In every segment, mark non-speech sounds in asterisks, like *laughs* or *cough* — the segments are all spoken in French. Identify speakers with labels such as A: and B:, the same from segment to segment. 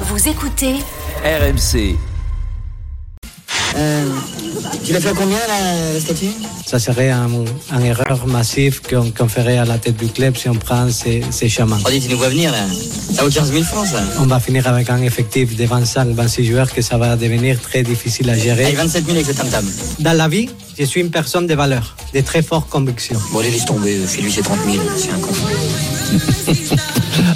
A: Vous écoutez
B: RMC.
C: Euh, tu l'as fait à combien la, la statue
D: Ça serait un, un erreur massive qu'on qu'on ferait à la tête du club si on prend ces, ces chamans.
C: Oh dis, tu nous vois venir là. Ça vaut 15 000 francs ça.
D: On va finir avec un effectif de 25-26 joueurs que ça va devenir très difficile à
C: Avec
D: gérer.
C: 27 000 avec cette entame.
D: Dans la vie, je suis une personne de valeur, de très fortes convictions.
C: Bon allez, laisse tomber, chez lui c'est 30 000, c'est un con.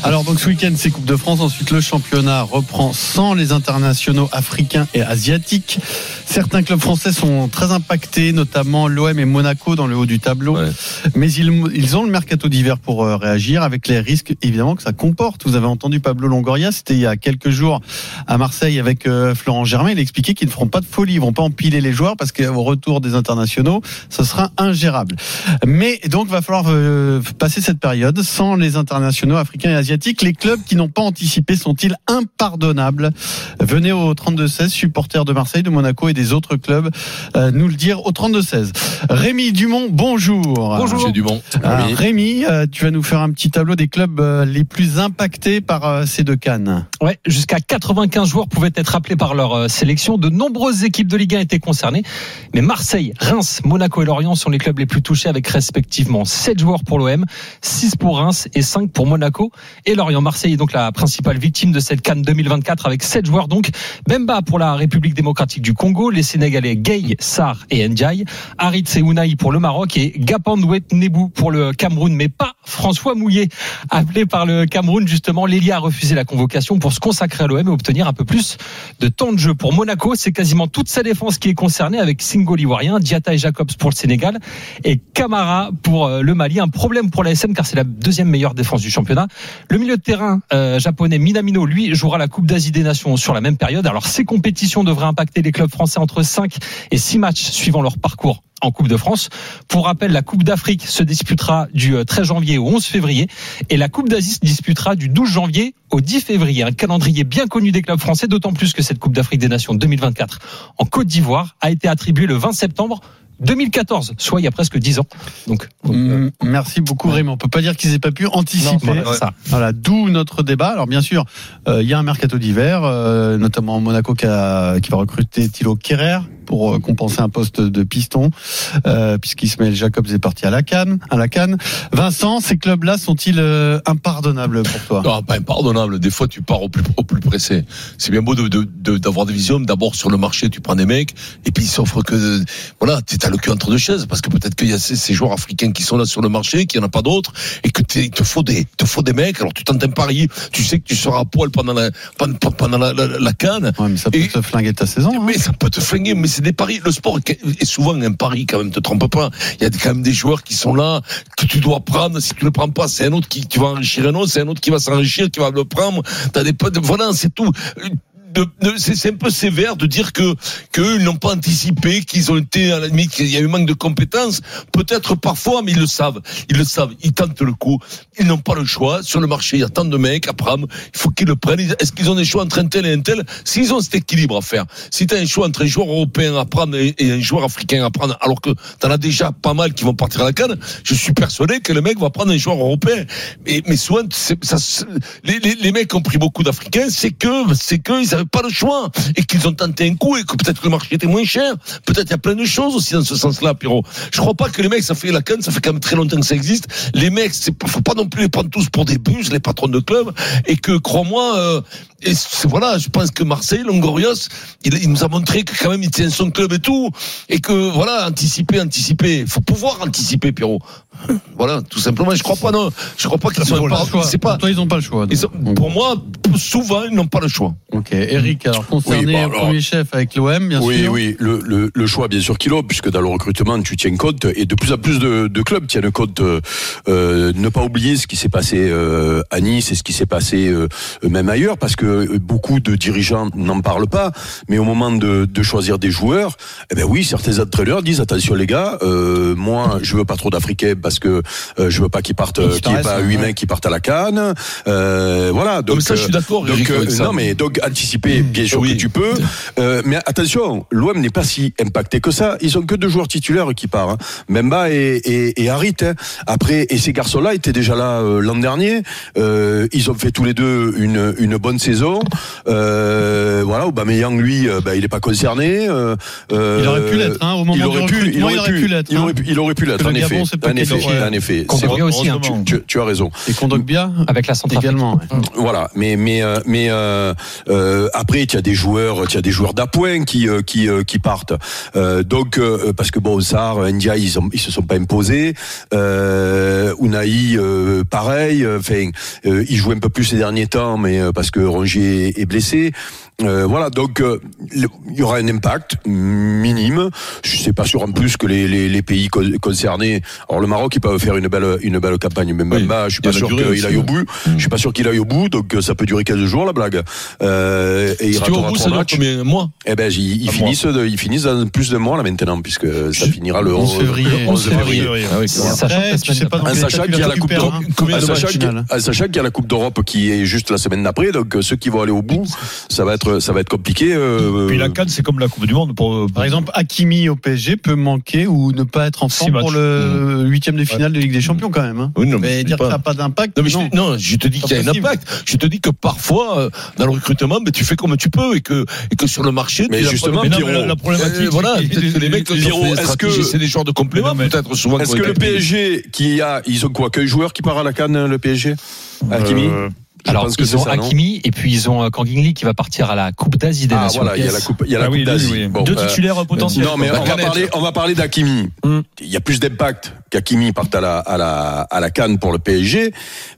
E: Alors donc ce week-end c'est Coupe de France, ensuite le championnat reprend sans les internationaux africains et asiatiques. Certains clubs français sont très impactés, notamment l'OM et Monaco dans le haut du tableau.
F: Ouais.
E: Mais ils, ils ont le mercato d'hiver pour euh, réagir avec les risques évidemment que ça comporte. Vous avez entendu Pablo Longoria, c'était il y a quelques jours à Marseille avec euh, Florent Germain, il expliquait qu'ils ne feront pas de folie, ils vont pas empiler les joueurs parce qu'au retour des internationaux, ce sera ingérable. Mais donc va falloir euh, passer cette période sans les internationaux africains et asiatiques. Les clubs qui n'ont pas anticipé sont-ils impardonnables Venez au 32-16, supporters de Marseille, de Monaco et des autres clubs, euh, nous le dire au 32-16. Rémi Dumont, bonjour.
F: Ah, Monsieur Dumont.
E: Alors,
F: Ah Oui.
E: Rémi, euh, tu vas nous faire un petit tableau des clubs euh, les plus impactés par euh, ces deux cannes.
G: Ouais, jusqu'à 95 joueurs pouvaient être appelés par leur euh, sélection. De nombreuses équipes de Ligue 1 étaient concernées. Mais Marseille, Reims, Monaco et Lorient sont les clubs les plus touchés avec respectivement 7 joueurs pour l'OM, 6 pour Reims et 5 pour Monaco et Lorient. Marseille est donc la principale victime de cette Cannes 2024 avec 7 joueurs donc. Bemba pour la République démocratique du Congo, les Sénégalais Gay, Sar et Ndiaye, Harit et Unai pour le Maroc et Gapandouet Nebou pour le Cameroun, mais pas François Mouillet, appelé par le Cameroun justement. Lélia a refusé la convocation pour se consacrer à l'OM et obtenir un peu plus de temps de jeu. Pour Monaco, c'est quasiment toute sa défense qui est concernée avec Singo l'Ivoirien, Diata et Jacobs pour le Sénégal et Camara pour euh, le Mali. Un problème pour la SM car c'est la deuxième meilleure défense du championnat. Le milieu de terrain euh, japonais Minamino, lui, jouera la Coupe d'Asie des Nations sur la même période. Alors ces compétitions devraient impacter les clubs français entre 5 et 6 matchs suivant leur parcours en Coupe de France. Pour rappel, la Coupe d'Afrique se disputera du euh, 13 janvier au 11 février et la Coupe d'Asie se disputera du 12 janvier au 10 février. Un calendrier bien connu des clubs français, d'autant plus que cette Coupe d'Afrique des Nations 2024 en Côte d'Ivoire a été attribuée le 20 septembre 2014, soit il y a presque 10 ans. Donc, euh,
E: Mm, Merci beaucoup Raymond. On peut pas dire qu'ils aient pas pu anticiper.
G: Non, voilà, ça.
E: Voilà, d'où notre débat. Alors bien sûr, euh, il y a un mercato d'hiver, euh, notamment Monaco qui, a- qui va recruter Thilo Kerrer pour euh, compenser un poste de piston, euh, puisqu'Ismaël Jacobs est parti à la Cannes. À la Cannes. Vincent, ces clubs-là sont-ils euh, impardonnables pour toi
F: Non, pas impardonnable. Des fois, tu pars au plus, au plus pressé. C'est bien beau de- de- de- d'avoir des visions. D'abord, sur le marché, tu prends des mecs, et puis ils s'offrent que, voilà, tu as le cul entre deux chaises, parce que peut-être qu'il y a ces, ces joueurs africains qui sont là sur le marché, qu'il n'y en a pas d'autres, et que t'es- il te faut des, il te faut des mecs. Alors, tu tentes un pari, tu sais que tu seras à poil pendant la, pendant, pendant la, la, la canne.
E: Ouais, mais ça peut
F: Et-
E: te flinguer ta saison. hein.
F: Mais ça peut te flinguer, mais c'est des paris. Le sport est souvent un pari quand même, te trompe pas. Il y a quand même des joueurs qui sont là, que tu dois prendre. Si tu le prends pas, c'est un autre qui, tu vas enrichir un autre, c'est un autre qui va s'enrichir, qui va le prendre. T'as des potes, voilà, c'est tout. De- de- c'est c'est un peu sévère de dire que qu'ils n'ont pas anticipé, qu'ils ont été à la limite, qu'il y a eu manque de compétences. Peut-être parfois, mais ils le savent. Ils le savent. Ils tentent le coup. Ils n'ont pas le choix. Sur le marché, il y a tant de mecs à prendre. Il faut qu'ils le prennent. Ils- Est-ce qu'ils ont des choix entre un tel et un tel S'ils ont cet équilibre à faire, si tu as un choix entre un joueur européen à prendre et et un joueur africain à prendre, alors que tu en as déjà pas mal qui vont partir à la canne, je suis persuadé que le mec va prendre un joueur européen. Mais, mais souvent, c'est- ça, se- les, les, les mecs ont pris beaucoup d'Africains, c'est que c'est qu'ils n'avaient pas le choix et qu'ils ont tenté un coup et que peut-être que le marché était moins cher. Peut-être il y a plein de choses aussi dans ce sens-là, Pierrot. Je crois pas que les mecs, ça fait la canne, ça fait quand même très longtemps que ça existe. Les mecs, c'est pas- faut pas non plus les prendre tous pour des buses, les patrons de club, et que crois-moi, euh, et c'est- voilà, je pense que Marseille, Longorios, il, il nous a montré que quand même il tient son club et tout, et que voilà, anticiper, anticiper, faut pouvoir anticiper, Pierrot. Voilà, tout simplement. Je crois pas non, je crois pas qu'ils
E: Ils
F: sont
E: ont pas le
F: pas.
E: choix.
F: C'est pas.
E: hein. Pour toi, ils n'ont pas le choix. donc.
F: Ils ont- pour moi, souvent, ils n'ont pas le choix.
E: Ok, Eric, alors concerné
H: Oui, bon,
E: au
H: alors-
E: premier chef avec l'OM, bien
H: oui,
E: sûr.
H: oui, le, le, le choix, bien sûr qu'il a, puisque dans le recrutement, tu tiens compte, et de plus en plus de, de clubs tiennent compte. euh, euh, ne pas oublier ce qui s'est passé euh, à Nice et ce qui s'est passé euh, même ailleurs, parce que euh, beaucoup de dirigeants n'en parlent pas, mais au moment de, de choisir des joueurs, eh ben oui, certains entraîneurs disent attention les gars, euh, moi je veux pas trop d'Africains parce que euh, je veux pas qu'ils partent, euh, qu'il n'y ait pas huit mecs qui partent à la canne, euh, voilà. Donc
F: Comme ça, je suis
H: euh,
F: d'accord,
H: donc,
F: Eric,
H: euh,
F: avec ça.
H: non mais donc
E: Hmm.
H: anticiper bien sûr
F: Oui.
H: que tu peux, euh, mais attention, l'OM n'est pas si impacté que ça. Ils ont que deux joueurs titulaires qui partent, hein. Memba et, et, et Harit. hein. Après, et ces garçons-là étaient déjà là euh, l'an dernier. Euh, ils ont fait tous les deux une, une bonne saison. saison. Euh, voilà, Aubameyang, lui, euh, bah, il n'est pas concerné. euh,
E: Il aurait pu
H: euh,
E: l'être, hein, au moment
H: il
E: du
H: aurait pu, il
E: recrutement,
H: aurait pu,
E: l'être,
H: il
E: hein.
H: aurait pu- il aurait pu l'être,
E: Que
H: en
E: le Gabon,
H: effet,
E: c'est pas
H: en effet,
E: Gabon, ouais.
H: en effet.
G: Qu'on
H: C'est
G: revient
H: vrai.
G: aussi, hein,
E: Heureusement.
H: Tu, tu as raison.
E: Et Kondogbia
G: avec la Centrafrique.
E: également. ouais.
F: Mm.
H: Voilà, mais mais euh, mais euh, euh, après il y a des joueurs, il y a des joueurs d'appoint qui euh, qui euh, qui partent. Euh, donc euh, parce que bon, Sar, India, ils ont, ils se sont pas imposés. Euh, Unai, euh, pareil. Enfin, euh, il joue un peu plus ces derniers temps, mais euh, parce que Rongier est- est blessé. Euh, voilà, donc euh, le- il y aura un impact minime. Je sais pas sûr en plus que les, les, les pays co- concernés. Alors le Maroc, ils peuvent faire une belle une belle campagne, même
F: Oui,
H: Bemba, je suis
F: il y a
H: pas
F: la
H: sûr
F: durée aussi, hein.
H: qu'il aille au
F: ouais.
H: bout. Je suis pas sûr qu'il aille au bout, donc euh, ça peut durer 15 jours la blague. Euh, et il
F: Si tu vas au
H: ratera
F: bout,
H: trois
F: ça dure
H: matchs.
F: combien Moi
H: Eh ben, ils, ils
F: Un
H: finissent, de- ils finissent dans plus de mois là maintenant, puisque ça
F: Je-
H: finira le
E: 11
H: 11
E: février.
H: le 11 février.
F: Ah
G: Sachant
E: Après,
G: que la
E: tu
G: semaine
E: sais pas dans
H: En
E: quel
H: sachant
E: état tu
H: qu'il y a
E: la
H: la Coupe
E: récupères,
H: d'Europe,
E: hein.
F: Combien
H: en
F: de
H: sachant
F: matchs
H: qu'il y a-
E: finale
H: en sachant qu'il y a la Coupe d'Europe qui est juste la semaine d'après, donc euh, ceux qui vont aller au bout, ça va être, ça va être compliqué. euh,
A: Puis la Cannes, c'est comme la Coupe du Monde. Pour,
E: Par exemple, Hakimi au PSG peut manquer ou ne pas être en
A: Six
E: forme pour
A: matchs.
E: le huitième de finale de Ligue des Champions quand même. hein.
F: Oui, non, mais
E: Mais
F: je dis
E: dire que
F: pas.
E: ça n'a pas d'impact,
F: Non, mais je,
E: non.
F: te- non, je te dis qu'il y a un
E: Pas possible.
F: impact. Je te dis que parfois, euh, dans le recrutement, ben, tu fais comme tu peux et que, et que sur le marché,
H: Mais
F: tu as
H: justement,
F: pas- non,
H: Pierrot,
F: mais la, la problématique,
A: euh,
F: voilà,
A: et-
F: peut-être que les mecs, qui
H: Pierrot,
F: ont fait
H: est-ce
F: des
H: que-
F: stratégies, c'est des joueurs de complément,
A: Non, mais-
F: peut-être souvent.
H: Est-ce
F: qu'on
H: que
F: est
H: le
F: payé.
H: PSG, qui a, ils ont quoi Qu'un joueur qui part à la Cannes, le PSG Hakimi
A: Euh,
H: Je
G: Alors,
H: pense que
G: ils
H: c'est
G: ont
H: ça, non
G: Hakimi et puis ils ont euh, Kang Lee qui va partir à la Coupe d'Asie des
H: Ah
G: Nations.
H: voilà, il y a la Coupe, il y a la
A: ah
H: coupe
A: oui, lui,
H: d'Asie.
A: oui.
H: Bon,
A: Deux
H: euh,
A: titulaires potentiels.
H: Non, mais
A: quoi.
H: on va, parler, on va parler d'Hakimi.
A: Hmm.
H: Il y a plus d'impact qu'Hakimi parte à la, à, la, à la Cannes pour le PSG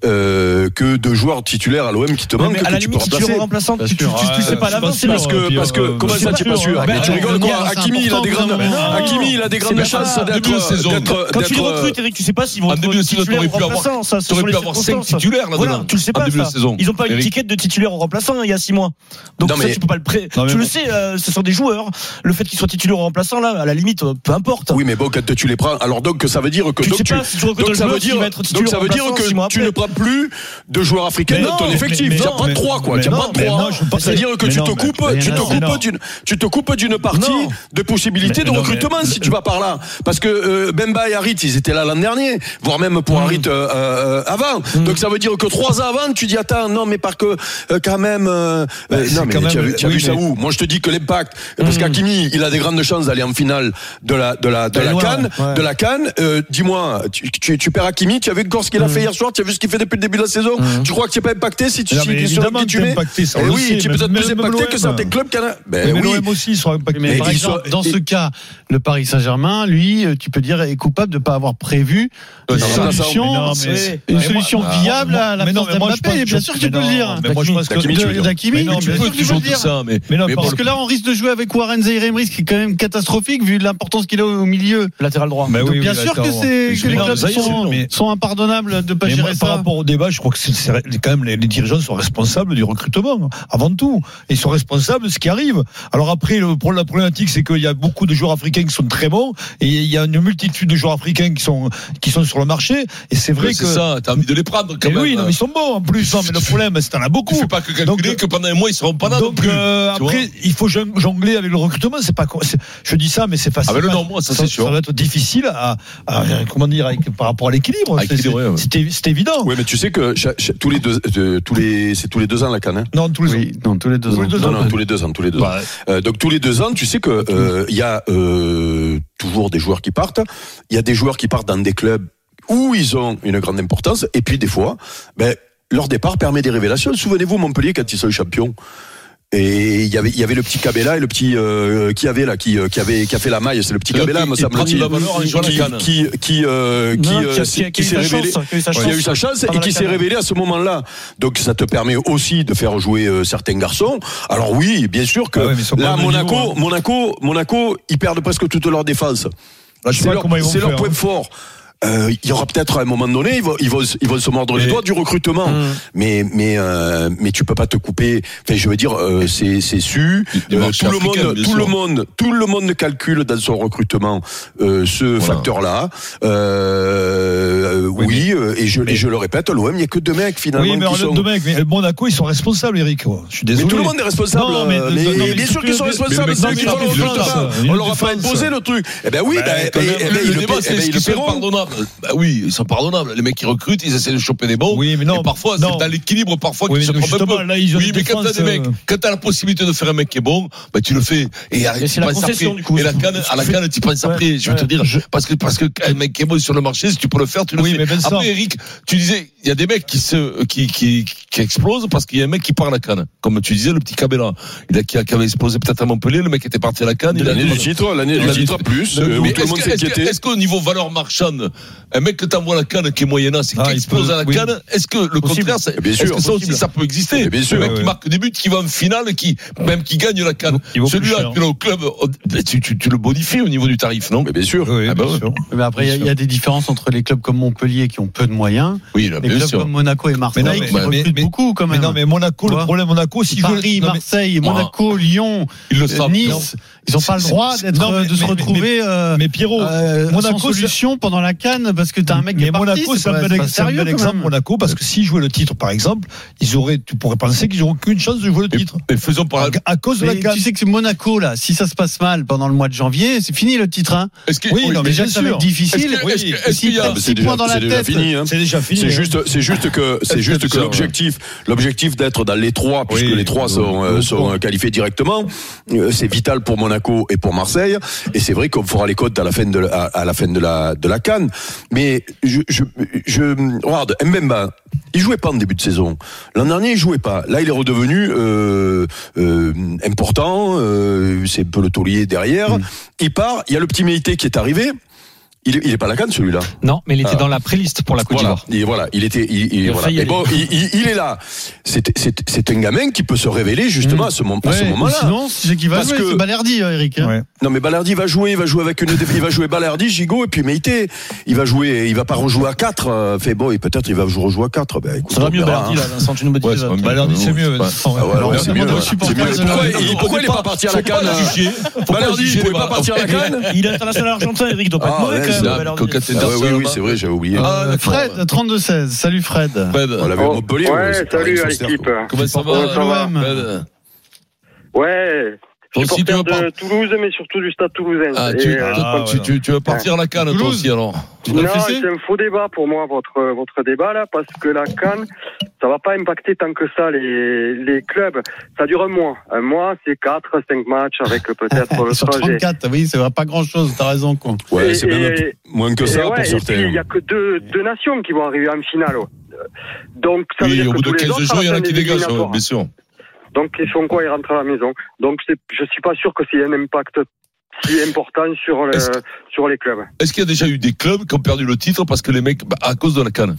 H: euh, que de joueurs titulaires à l'OM qui te manquent,
A: mais à
H: que
A: la
H: tu peux
A: limite, si tu
H: remplacer.
A: es remplaçant,
E: Bien
A: tu, tu, tu,
E: sûr,
A: tu sais
E: ouais,
A: pas à l'avance, c'est
H: Parce que, parce que comment ça, tu
A: c'est
H: pas
E: Ah,
H: sûr Mais
A: Ben,
H: tu
A: euh,
H: rigoles
A: non,
H: quoi
A: c'est
H: Hakimi, il a
A: important,
H: des grandes,
A: quand même.
H: Hakimi, il a des
A: C'est
H: grandes
A: pas
H: chances
A: grave.
H: d'être.
F: Début de saison.
H: d'être-
A: Quand tu les
H: d'être,
A: recrutes, Eric, tu sais pas
H: Ah,
A: s'ils vont
F: En début de
A: être
F: saison,
A: titulaires
F: t'aurais
A: ou
F: pu avoir-
A: remplaçants. Ça, ce
F: T'aurais
A: sont
F: pu
A: les
F: avoir 5
A: circonstances.
F: titulaires là-dedans.
A: Voilà, tu le sais
F: En
A: pas.
F: début de
A: ça.
F: saison.
A: Ils ont pas eu une
F: Eric.
A: ticket de titulaire ou remplaçant hein, il y a 6 mois. Donc
H: Non,
A: ça,
H: mais-
A: tu peux pas le pré.
E: Non, mais
A: Tu le
E: bon.
A: sais, euh, ce sont des joueurs. Le fait qu'ils soient titulaires ou remplaçants, là, à la limite, euh, peu importe.
H: Oui, mais bon, quand tu les prends, alors donc que ça veut dire que
A: Tu
H: donc
A: sais pas si tu recrutes
H: donc
A: un
H: ça
A: joueur
H: veut
A: qui
H: dire
A: va être
H: donc
A: titulaire
H: ça
A: ou
H: veut dire
A: remplaçant six
H: que
A: mois
H: tu ne
A: après.
H: prends plus de joueurs africains
A: Mais
H: dans ton
A: non,
H: effectif.
A: mais-
H: Il n'y a
A: mais
H: pas de
A: non,
H: trois quoi.
A: mais
H: Il n'y a
A: non,
H: pas de
A: mais
H: trois.
A: non, je pense-
H: C'est-à-dire que
A: mais
H: tu
A: non,
H: te
A: mais-
H: coupes,
A: mais
H: tu
A: non,
H: te
A: mais non.
H: coupes d'une, tu te coupes d'une partie
A: Non.
H: de possibilités
A: Mais-
H: de
A: mais non,
H: recrutement
A: mais-
H: si tu vas par là. Parce que euh, Bemba et Harit, ils étaient là l'an dernier, voire même pour
A: Hmm.
H: Harit euh, euh, avant. Donc ça veut dire que trois ans avant, tu dis attends, non mais par que euh, quand même. euh, euh,
A: Bah, c'est
H: Non mais
A: quand
H: tu as
A: même-
H: vu- tu as
A: oui,
H: vu ça
A: mais-
H: où Moi je te dis que l'impact,
A: Hmm.
H: parce qu'Akimi, il a des grandes chances d'aller en finale de la de la de
A: Ben
H: la
A: loin,
H: Cannes,
A: ouais.
H: de la Cannes. Euh, Dis-moi, tu, tu, tu perds Hakimi, tu as vu encore ce qu'il
A: Hmm.
H: a fait hier soir, tu as vu ce qu'il fait depuis le début de la saison. Tu crois que tu n'es pas impacté si tu
A: Non,
H: si-
A: mais
H: sur
A: évidemment
H: qui tu
A: que t'es
H: mets
A: impacté, ça, on
H: Eh
A: le
H: oui,
A: sait,
H: tu
A: mais-
H: peux être
A: mais
H: plus
A: même
H: impacté
A: l'OM.
H: que certains clubs canadiens.
A: Mais
H: Ben oui.
A: l'OM aussi, ils sont impactés.
E: Mais
H: Mais
E: par
H: ils
E: exemple,
H: sont-
E: dans ce cas, le Paris Saint-Germain, lui, euh, tu peux dire, est coupable de ne pas avoir prévu
H: Ouais,
E: une
H: non, mais ça,
E: solution,
A: mais non, mais-
E: c'est-
A: mais
E: une
A: moi-
E: solution
A: ah,
E: viable à la
A: mais non,
E: place
A: mais moi, je
E: d'Mbappé.
A: pense-
E: Et Bien sûr que tu
A: mais
E: peux le
A: non,
E: dire.
A: mais moi, je pense que-
H: Hakimi, tu veux
E: De-
H: dire.
E: d'Hakimi,
A: Mais non,
E: mais tu
A: mais
E: peux
F: Tu
E: toujours le
F: joues tout
E: dire.
F: ça, mais.
A: Mais non,
F: mais
A: pardon.
E: Parce que là, on risque de jouer avec Warren Zaïre-Emery, ce qui est quand même catastrophique vu l'importance qu'il a au milieu.
A: Latéral droit.
E: Donc, bien sûr que, c'est, que les
A: Mais
E: clubs
A: Zaïre,
E: sont,
A: mais-
E: sont impardonnables de ne pas
A: Mais moi,
E: gérer
A: par
E: ça.
A: rapport au débat, je crois que c'est- c'est quand même les, les dirigeants sont responsables du recrutement avant tout. Ils sont responsables de ce qui arrive. Alors après, le, pro- la problématique, c'est qu'il y a beaucoup de joueurs africains qui sont très bons et il y a une multitude de joueurs africains qui sont qui sont sur le marché. Et c'est vrai
F: Ouais,
A: que
F: C'est ça, t'as envie de les prendre quand
A: Mais
F: même.
A: oui, non, mais ils sont bons en plus. Non, mais
F: *laughs*
A: le problème, c'est t'en as
F: Tu
A: beaucoup.
F: fais pas que calculer
A: Donc,
F: que pendant un mois, ils seront pas là non
A: Donc
F: plus.
A: euh,
F: tu vois.
A: après, il faut jong- jongler avec le recrutement. C'est pas, con- c'est- je dis ça, mais c'est facile.
F: Ah, mais le non, moi, ça, c'est sûr.
A: va être difficile à, à- comment dire, avec- par rapport à l'équilibre.
F: À
A: C'est- c'est-
F: équilibrer, ouais.
A: C'est évi- c'est évident.
H: Oui, mais tu sais que cha- cha- tous les deux, euh, tous les, c'est tous les deux ans la Cannes. hein
A: Non, tous les ans.
E: Oui, non, tous les deux
A: Tous
E: ans.
A: les deux
H: non,
A: ans.
H: non, tous les deux ans, tous les deux ans.
A: Bah,
H: Euh, donc tous les deux ans, tu sais que euh, il y a euh, toujours des joueurs qui partent. Il y a des joueurs qui partent dans des clubs où ils ont une grande importance. Et puis des fois, ben, leur départ permet des révélations. Souvenez-vous Montpellier quand ils sont champions. Et il y avait il y avait le petit Cabella et le petit euh, qui avait là qui euh, qui avait qui a fait la maille c'est le petit
F: Et
H: Cabella
F: donc,
H: me
F: il- il
H: semble-t-il
F: prend de la valeur en jouant à la
H: qui
F: canne.
H: qui qui euh, qui,
A: Non,
H: euh,
A: a-
H: s'est-
A: a-
H: qui
A: eu
H: s'est
A: sa
H: révélé
A: chance, qui a eu sa
H: qui a eu sa chance et
A: Pendant
H: qui
A: la
H: s'est
A: canne.
H: révélé à ce moment-là. Donc ça te permet aussi de faire jouer euh, certains garçons. Alors oui, bien sûr que
A: Ah ouais, mais ils sont pas
H: là
A: au même
H: Monaco,
A: niveau, hein.
H: Monaco, Monaco, ils perdent presque toute leur défense.
A: Là, Ah, je sais
H: C'est
A: pas
H: leur,
A: comment ils vont
H: c'est leur
A: faire,
H: point
A: hein.
H: fort. Euh, Il y aura peut-être à un moment donné, ils vont, ils vont, se- ils vont se mordre les
F: Mais-
H: doigts du recrutement.
A: Mmh.
H: Mais mais euh, mais tu peux pas te couper. Enfin, je veux dire, euh, c'est c'est su.
F: Des
H: Euh,
F: marchés
H: tout le
F: africains,
H: monde,
F: bien
H: tout
F: sûr.
H: le monde, tout le monde calcule dans son recrutement euh, ce
F: Voilà.
H: facteur-là. Euh, oui, euh, et je et je le répète, l'OM, il y a que deux mecs finalement
A: Oui, mais
H: qui
A: en
H: sont.
A: de mec, mais Monaco, ils sont responsables, Eric. quoi. Je suis
H: Mais
A: désolé.
H: tout le monde est responsable.
A: Non, mais-
H: euh,
A: non, mais-
H: bien sûr qu'ils sont
A: mais-
H: responsables.
A: mais-
H: C'est
A: mais-
H: eux qui
A: mais-
H: font le
A: mais-
H: résultat.
A: mais-
H: On leur a pas
A: défense.
H: imposé le truc. Eh ben oui,
F: Bah,
H: ben,
F: quand
H: eh
F: même,
H: ben,
F: le
H: ils le
F: débat,
H: paient-
F: c'est
H: eh ben,
F: est-ce
H: ils le
F: qu'ils sont
H: paieront.
F: pardonnables pardonnables. Bah oui, ils sont pardonnables. Les mecs qui recrutent, ils essaient de choper des bons.
A: Oui, mais
F: Et
A: non.
F: parfois,
A: non.
F: c'est dans l'équilibre, parfois,
A: Oui,
F: qu'ils se
A: mais
F: trompent un
A: justement,
F: peu.
A: là, ils ont
F: oui,
A: une
F: mais quand t'as
A: défense,
F: des mecs,
A: euh,
F: quand t'as la possibilité de faire un mec qui est bon, bah, tu le fais. Et arrête,
B: c'est
F: tu
B: la
F: penses
B: concession,
F: après.
B: du coup.
F: Et la canne, à la canne, tu penses après. Je veux te dire, parce que, parce que un mec qui est bon sur le marché, si tu peux le faire, tu le
A: Oui,
F: fais.
A: mais Vincent-
F: Après, Eric, tu disais, il y a des mecs qui se, qui, qui, qui explosent parce qu'il y a un mec qui part à la canne. Comme tu disais, le petit Cabella. Il a, qui, a- qui avait explosé peut-être à Montpellier, le mec était parti à la canne. il a
H: L'année du titre, l'année du
F: L'année
H: titre plus,
F: mais
H: euh, où
F: est-ce
H: tout le monde
F: que- est-ce que-
H: s'inquiétait.
F: Est-ce qu'au niveau valeur marchande, un mec que t'envoies à la canne qui est moyennasse et
A: Ah,
F: qui
A: il
F: explose
A: peut-
F: à la
A: oui. Eh
F: canne, est-ce que le contraire, c'est-
H: Bien
F: est-ce
H: sûr,
F: que ça aussi
H: possible.
F: ça peut exister
H: Mais bien sûr.
F: Le mec
A: Ouais,
F: qui
A: ouais.
F: marque des buts, qui va en finale, qui même qui gagne la canne.
A: Il vaut plus
F: Celui-là,
A: cher.
F: tu l'as au club, oh, ben, tu, tu- tu le bonifies au niveau du tarif, non
H: Mais bien sûr.
A: Oui,
F: Ah bah ouais.
A: bien sûr.
E: Mais après, il y a- il y, a des différences entre les clubs comme Montpellier qui ont peu de moyens,
F: Oui,
E: les
F: là, Ah, bien
E: clubs
F: sûr.
E: comme Monaco et Marseille
A: Mais non,
E: qui
A: mais-
E: recrutent
A: mais-
E: beaucoup quand
A: Mais
E: même.
A: non, mais Monaco,
E: Tu
A: le
E: vois
A: problème Monaco, si
E: Paris,
A: non, mais- Oh.
E: Marseille, Monaco, Lyon,
F: Ils le savent.
E: Nice, ils n'ont pas le
A: C'est-
E: droit
A: c'est-
E: d'être,
A: non, mais-
E: de se
A: mais- mais-
E: retrouver euh,
A: mais Pierrot,
E: euh,
A: Monaco,
E: sans solution pendant la canne parce que t'as un mec qui
A: mais
E: est parti,
A: Monaco, c'est
E: pas-
A: un
E: c'est
A: bel,
E: pas
A: ex- c'est un
E: sérieux,
A: bel
E: quand
A: exemple.
E: même.
A: Monaco, parce que s'ils jouaient le titre, par exemple, ils auraient, tu pourrais penser qu'ils n'auront aucune chance de jouer le titre.
F: Mais faisons par
A: À, à cause de la
E: Mais
A: canne.
E: tu sais que c'est Monaco là, si ça se passe mal pendant le mois de janvier, c'est fini le titre. Hein.
F: Est-ce que-
A: Oui, non, mais
E: déjà
A: bien
E: ça va
A: sûr.
E: être difficile.
F: Est-ce que- est-ce que- est-ce
E: Et s'ils
F: qu'il y a-
E: prennent
H: Ah, bah,
E: six
H: c'est déjà,
E: points dans la
H: c'est déjà
E: tête,
H: fini. hein.
A: C'est déjà fini.
H: C'est
A: hein.
H: juste, c'est juste que, c'est
F: Est-ce
H: juste
F: que
H: que
F: ça,
H: l'objectif, l'objectif d'être dans les trois, puisque
A: Oui,
H: les trois sont, euh,
A: bon
H: sont
A: point.
H: qualifiés directement, euh, c'est vital pour Monaco et pour Marseille. Et c'est vrai qu'on fera les cotes à la fin de, la- à, à la fin de la, de la Cannes. Mais je, je, je- regarde, Mbemba, il jouait pas en début de saison. L'an dernier, il jouait pas. Là, il est redevenu euh, euh, important. euh, c'est un peu le taulier derrière. Il part. Il y a le petit Méité qui est arrivé. Il, il est pas à la Cannes celui-là.
G: Non, mais il était
H: Ah.
G: dans la préliste pour la Côte
H: Voilà,
G: d'Ivoire.
H: et voilà, il était, il, il-
G: Il a
H: voilà.
G: failli
H: Et
G: aller.
H: bon, il, il- il est là. C'est, c'est, c'est un gamin qui peut se révéler justement à ce, moment, à ce
E: Ouais,
H: moment-là.
E: Sinon, c'est qui va
H: Parce
E: jouer,
H: que-
E: c'est Balerdi, hein, Eric. hein.
A: Ouais.
H: Non, mais Balardi va jouer, il va jouer avec une, déf- il va jouer Balardi, Gigot et puis Meite. Il va jouer, il va pas rejouer à 4 Fait bon, et peut-être il va rejouer à 4 Ben, écoute,
B: Ça va
H: on
B: mieux,
H: verra,
B: Balardi,
H: hein.
B: là, Vincent, tu nous
F: Ouais,
B: motives.
F: c'est pas mal.
A: Balardi, Bah, c'est mieux.
F: Ouais.
A: Vincent, ouais.
H: Ah ouais,
A: Alors,
H: ouais, c'est mieux,
E: demande aux
H: ouais.
E: supporters
H: C'est
E: de
H: mieux.
E: la-
H: Pourquoi,
E: de-
H: il, pourquoi il est pas parti à la canne hein Balardi, il
F: juger,
H: pouvait pas
F: voilà.
H: partir à la canne
B: Il est international argentin, Eric, il doit pas être
H: Ah,
B: mauvais
H: ouais,
B: quand même.
H: c'est dingue,
B: Balardi.
F: coquette et
H: Ah
F: Darcy,
H: oui, oui,
F: là-bas.
H: c'est vrai, j'avais oublié.
F: Ah, d'accord.
E: Fred, 32-16. Salut Fred.
F: Fred,
H: On l'avait à
I: Oh,
H: Montpellier.
I: ouais,
H: c'est pareil,
I: salut à
H: sur Ster,
I: l'équipe.
H: quoi.
F: Comment ça
E: Comment
F: va
E: ça va
F: Fred
I: Ouais,
F: Toi aussi, tu
I: supporter
F: vas
I: de Toulouse, mais surtout du stade toulousain.
F: Ah,
I: Et,
F: tu,
I: euh,
A: ah,
F: tu- tu- tu vas partir à la canne, toi
E: Toulouse.
F: aussi, alors.
E: Tu
I: non,
E: l'as fessé
I: c'est un faux débat pour moi, votre, votre débat là, parce que la Cannes, ça va pas impacter tant que ça les, les clubs. Ça dure un mois. Un mois, c'est 4, 5 matchs avec
E: *laughs*
I: peut-être le
E: Sur
I: trajet.
E: 34, oui, ça va pas grand-chose, t'as raison, quoi.
H: Ouais,
I: Et-
H: c'est même un
I: et-
H: peu moins que
I: Et
H: ça
I: ouais,
H: pour
I: et puis,
H: certains.
I: il y a que deux, deux nations qui vont arriver en finale. ouais. Euh, Donc, ça veut
F: Oui,
I: dire
F: au
I: que
F: bout de
I: tous les
F: 15
I: autres,
F: jours, il y en a
I: attendent
F: qui
I: les
F: dégagent, hein, ouais,
I: éliminatoires.
F: bien sûr.
I: Donc ils font quoi Ils rentrent à la maison. Donc c'est- je suis pas sûr que c'est un impact si important sur le,
F: Est-ce
I: sur les clubs.
F: Est-ce qu'il y a déjà eu des clubs qui ont perdu le titre parce que les mecs, bah, à cause de la canne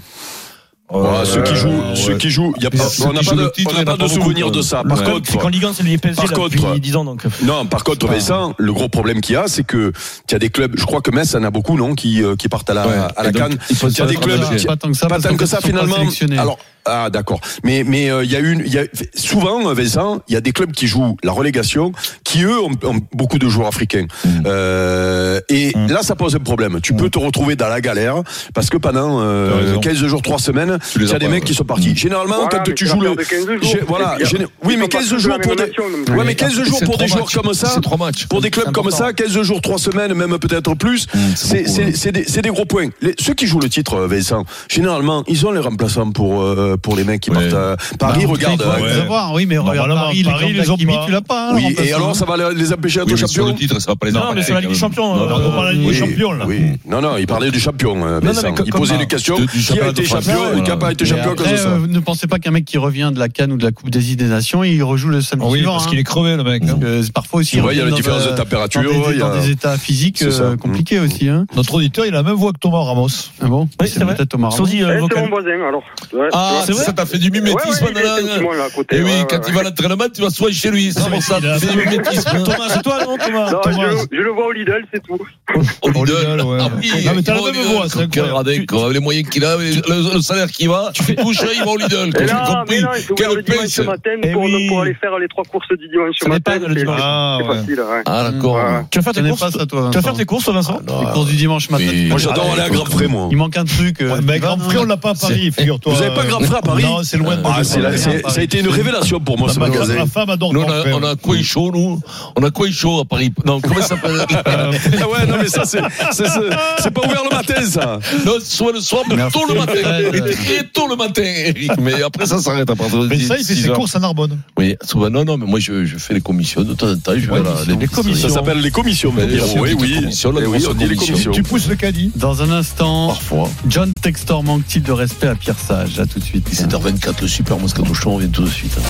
H: Voilà, Ah, ceux qui jouent,
F: ouais.
H: ceux qui jouent, y a pas,
F: Ceux
H: on n'a
F: qui
H: pas
F: jouent
H: de,
F: le titre,
H: on
F: il y
H: n'a
F: en a
H: pas de
F: pas
H: souvenir
F: beaucoup,
H: de ça.
B: Par
H: Par
B: contre, c'est qu'en Ligue 1, c'est les PSG
H: Par
B: là,
H: contre,
B: depuis 10 ans. Donc.
H: Non, par contre, Vincent, le gros problème qu'il y a, c'est que tu as des clubs, je crois que Metz en a beaucoup, non, qui, euh, qui partent à la,
F: Ouais.
H: à la
F: Et donc,
H: canne.
F: il faut
H: Il y a
F: se
H: des
F: faire
H: clubs
F: engager.
H: qui-
E: Pas tant que ça,
H: Pas
E: parce
H: tant
E: fait,
H: que ça,
E: ils sont pas
H: finalement.
E: sélectionnés.
H: Alors, ah, d'accord. Mais, mais, euh, il y a une, il y a, souvent, euh, Vincent, il y a des clubs qui jouent la relégation, qui eux ont, ont beaucoup de joueurs africains.
F: Mm.
H: Euh, et là, ça pose un problème. Tu peux te retrouver dans la galère, parce que pendant, euh,
F: T'as raison.
H: 15 jours, 3 semaines,
F: Tu les
H: il y
F: as
H: a des
F: pas,
H: mecs
F: ouais. Mm.
H: qui sont partis. Généralement,
I: Voilà,
H: quand
I: mais
H: tu
I: c'est
H: joues
I: l'affaire
H: le,
I: de 15 jours.
H: Gé-
I: Et
H: voilà,
I: puis,
H: géné- oui,
I: ils
H: mais
I: sont pas
H: 15
I: tous de
H: jours
I: la
H: pour
I: même
H: des,
I: nation, donc.
H: ouais, mais 15 jours
F: C'est
H: pour des
F: trois
H: joueurs
F: matchs.
H: comme ça,
F: C'est trois matchs.
H: pour des clubs comme ça, 15 jours, 3 semaines, même peut-être plus, c'est
F: beaucoup, hein.
H: c'est- c'est des, c'est des gros points. Les- ceux qui jouent le titre, euh, Vincent, généralement, ils ont les remplaçants pour, euh, pour les mecs qui
F: Ouais.
H: partent. à Paris,
E: Bah,
H: regarde.
E: il faut
H: euh,
E: les avoir, oui, mais regarde,
A: Normalement,
E: Paris,
A: Paris,
E: les
A: ils ont
E: ont
A: pas.
E: tu l'as pas. hein,
H: Oui,
E: remplaçant.
H: et alors ça va les- les empêcher d'être
F: Oui, mais sur
H: champion
F: le titre, ça va pas les
B: Non, mais
F: impacter,
B: sur la Ligue des
F: quand même.
B: Champions.
A: Non, non,
B: euh,
A: on parle de la Ligue des Champions, là.
H: Oui. Non, non, il parlait du champion, euh,
A: non,
H: Vincent.
A: mais que-
H: il posait
A: comme-
H: une question.
F: de- du
H: qui a
F: championnat
H: été
F: de France,
H: champion et qui
F: voilà.
H: n'a pas été
E: Mais
H: champion à cause de
E: après,
H: ça
E: euh, ne pensez pas qu'un mec qui revient de la Cannes ou de la Coupe des Îles des Nations, il rejoue le samedi
A: Ah Oui,
E: suivant.
A: parce
E: hein.
A: qu'il est crevé, le mec. hein.
E: Donc, euh, c'est parfois aussi.
H: Tu vois, il y a
E: revient
H: la
E: dans
H: différence
E: un-
H: de
E: dans des-
H: température. il y a-
E: Dans des états physiques
H: C'est ça. Mm.
E: euh, compliqués aussi. hein.
A: Notre auditeur, il a la même voix que Thomas Ramos.
E: Ah bon
B: Oui, c'est vrai.
E: peut-être Thomas Ramos.
B: Sosie, euh,
I: Eh, c'est mon
B: vocal.
I: voisin alors. Ouais,
F: Ah,
I: tu vois.
F: ça t'a fait du mimétisme.
I: Ouais, ouais, il
F: nanana.
I: était un petit mois, là, à côté, ouais,
F: Eh oui,
I: ouais,
F: quand
I: ouais.
F: il va à l'entraînement, tu vas soit chez lui, c'est pour ça. C'est du mimétisme.
B: Thomas, c'est toi, non, Thomas
I: Non,
B: Thomas.
I: je, je le vois au Lidl, c'est tout.
F: Au
A: Au
F: Lidl.
A: Lidl, ouais.
F: Ah oui,
A: Non, mais t'as la
F: il va
A: même
F: au Lidl,
A: voix, c'est
F: comme
A: incroyable.
F: Karl Radek, quoi, avec les moyens qu'il a, avec le, le salaire qu'il va, tu fais touche, il va au Lidl. quoi,
I: Et
F: J'ai
I: là, mais
F: compris.
I: non, il faut ouvrir le
F: Quelle
I: dimanche
F: pince.
I: matin
B: Eh
I: pour,
B: oui.
I: pour aller faire les trois courses du dimanche
B: Ça
I: matin.
B: m'épargne, le
I: c'est-
B: dimanche.
A: Ah,
I: C'est
A: ouais.
I: facile, ouais.
F: Ah, d'accord.
I: Ouais.
B: Tu vas faire
E: Tu
B: tes
E: n'es
B: courses
E: pas ça, toi.
B: Tu vas faire
E: Vincent.
B: tes courses, Vincent
E: Les courses du dimanche matin.
F: Oui.
H: Moi, j'adore aller à Grand Frais, moi.
E: Il manque un truc. euh,
A: Mais
E: tu vas,
A: Grand
E: non
A: Prix, on l'a pas à Paris, figure-toi.
H: Vous n'avez pas Grand
A: Prix
H: contrat à Paris.
A: Non, c'est loin de
H: Ah,
A: moi.
H: c'est la- c'est- ça a été une révélation pour moi. ce
A: Ma,
H: magasin.
A: ma femme adore
F: Nous,
A: ton
F: on a,
A: frère.
F: on a quoi il chaud, nous On a quoi il chaud à Paris Non, comment ça s'appelle
H: *laughs* Ah ouais, non, mais ça, c'est- c'est c'est- c'est pas ouvert le matin, ça.
F: Non, soit le soir, mais
E: Merci.
F: tôt le matin. Et très tôt le matin, Eric. Mais après, ça s'arrête à partir de
A: Mais ça, il fait
F: 6
A: ses
F: heures.
A: courses à Narbonne.
F: Oui, souvent, non, non, mais moi, je, je fais les commissions de temps en temps. Je vais à la- les,
H: Ça s'appelle les commissions.
F: Ben,
H: bien
F: les
H: sûr. oui,
F: petites
H: oui.
F: commissions, la
H: Eh oui,
F: grosse
H: on dit les
F: commission.
H: commissions.
A: Tu pousses le caddie.
E: Dans un instant,
F: Parfois.
E: John Textor manque-t-il de respect à Pierre Sage À tout de suite.
F: 17h24, le super Moscato Show, on vient tout de suite. hein.